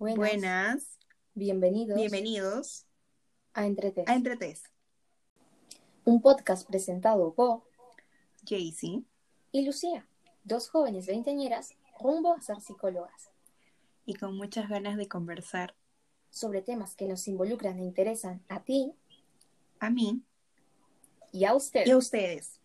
Buenas, Buenas, bienvenidos bienvenidos a Entretes, a Entre Tres, un podcast presentado por Jaycee, y Lucía, dos jóvenes veinteañeras rumbo a ser psicólogas, y con muchas ganas de conversar sobre temas que nos involucran e interesan a ti a mí y a usted. y a ustedes.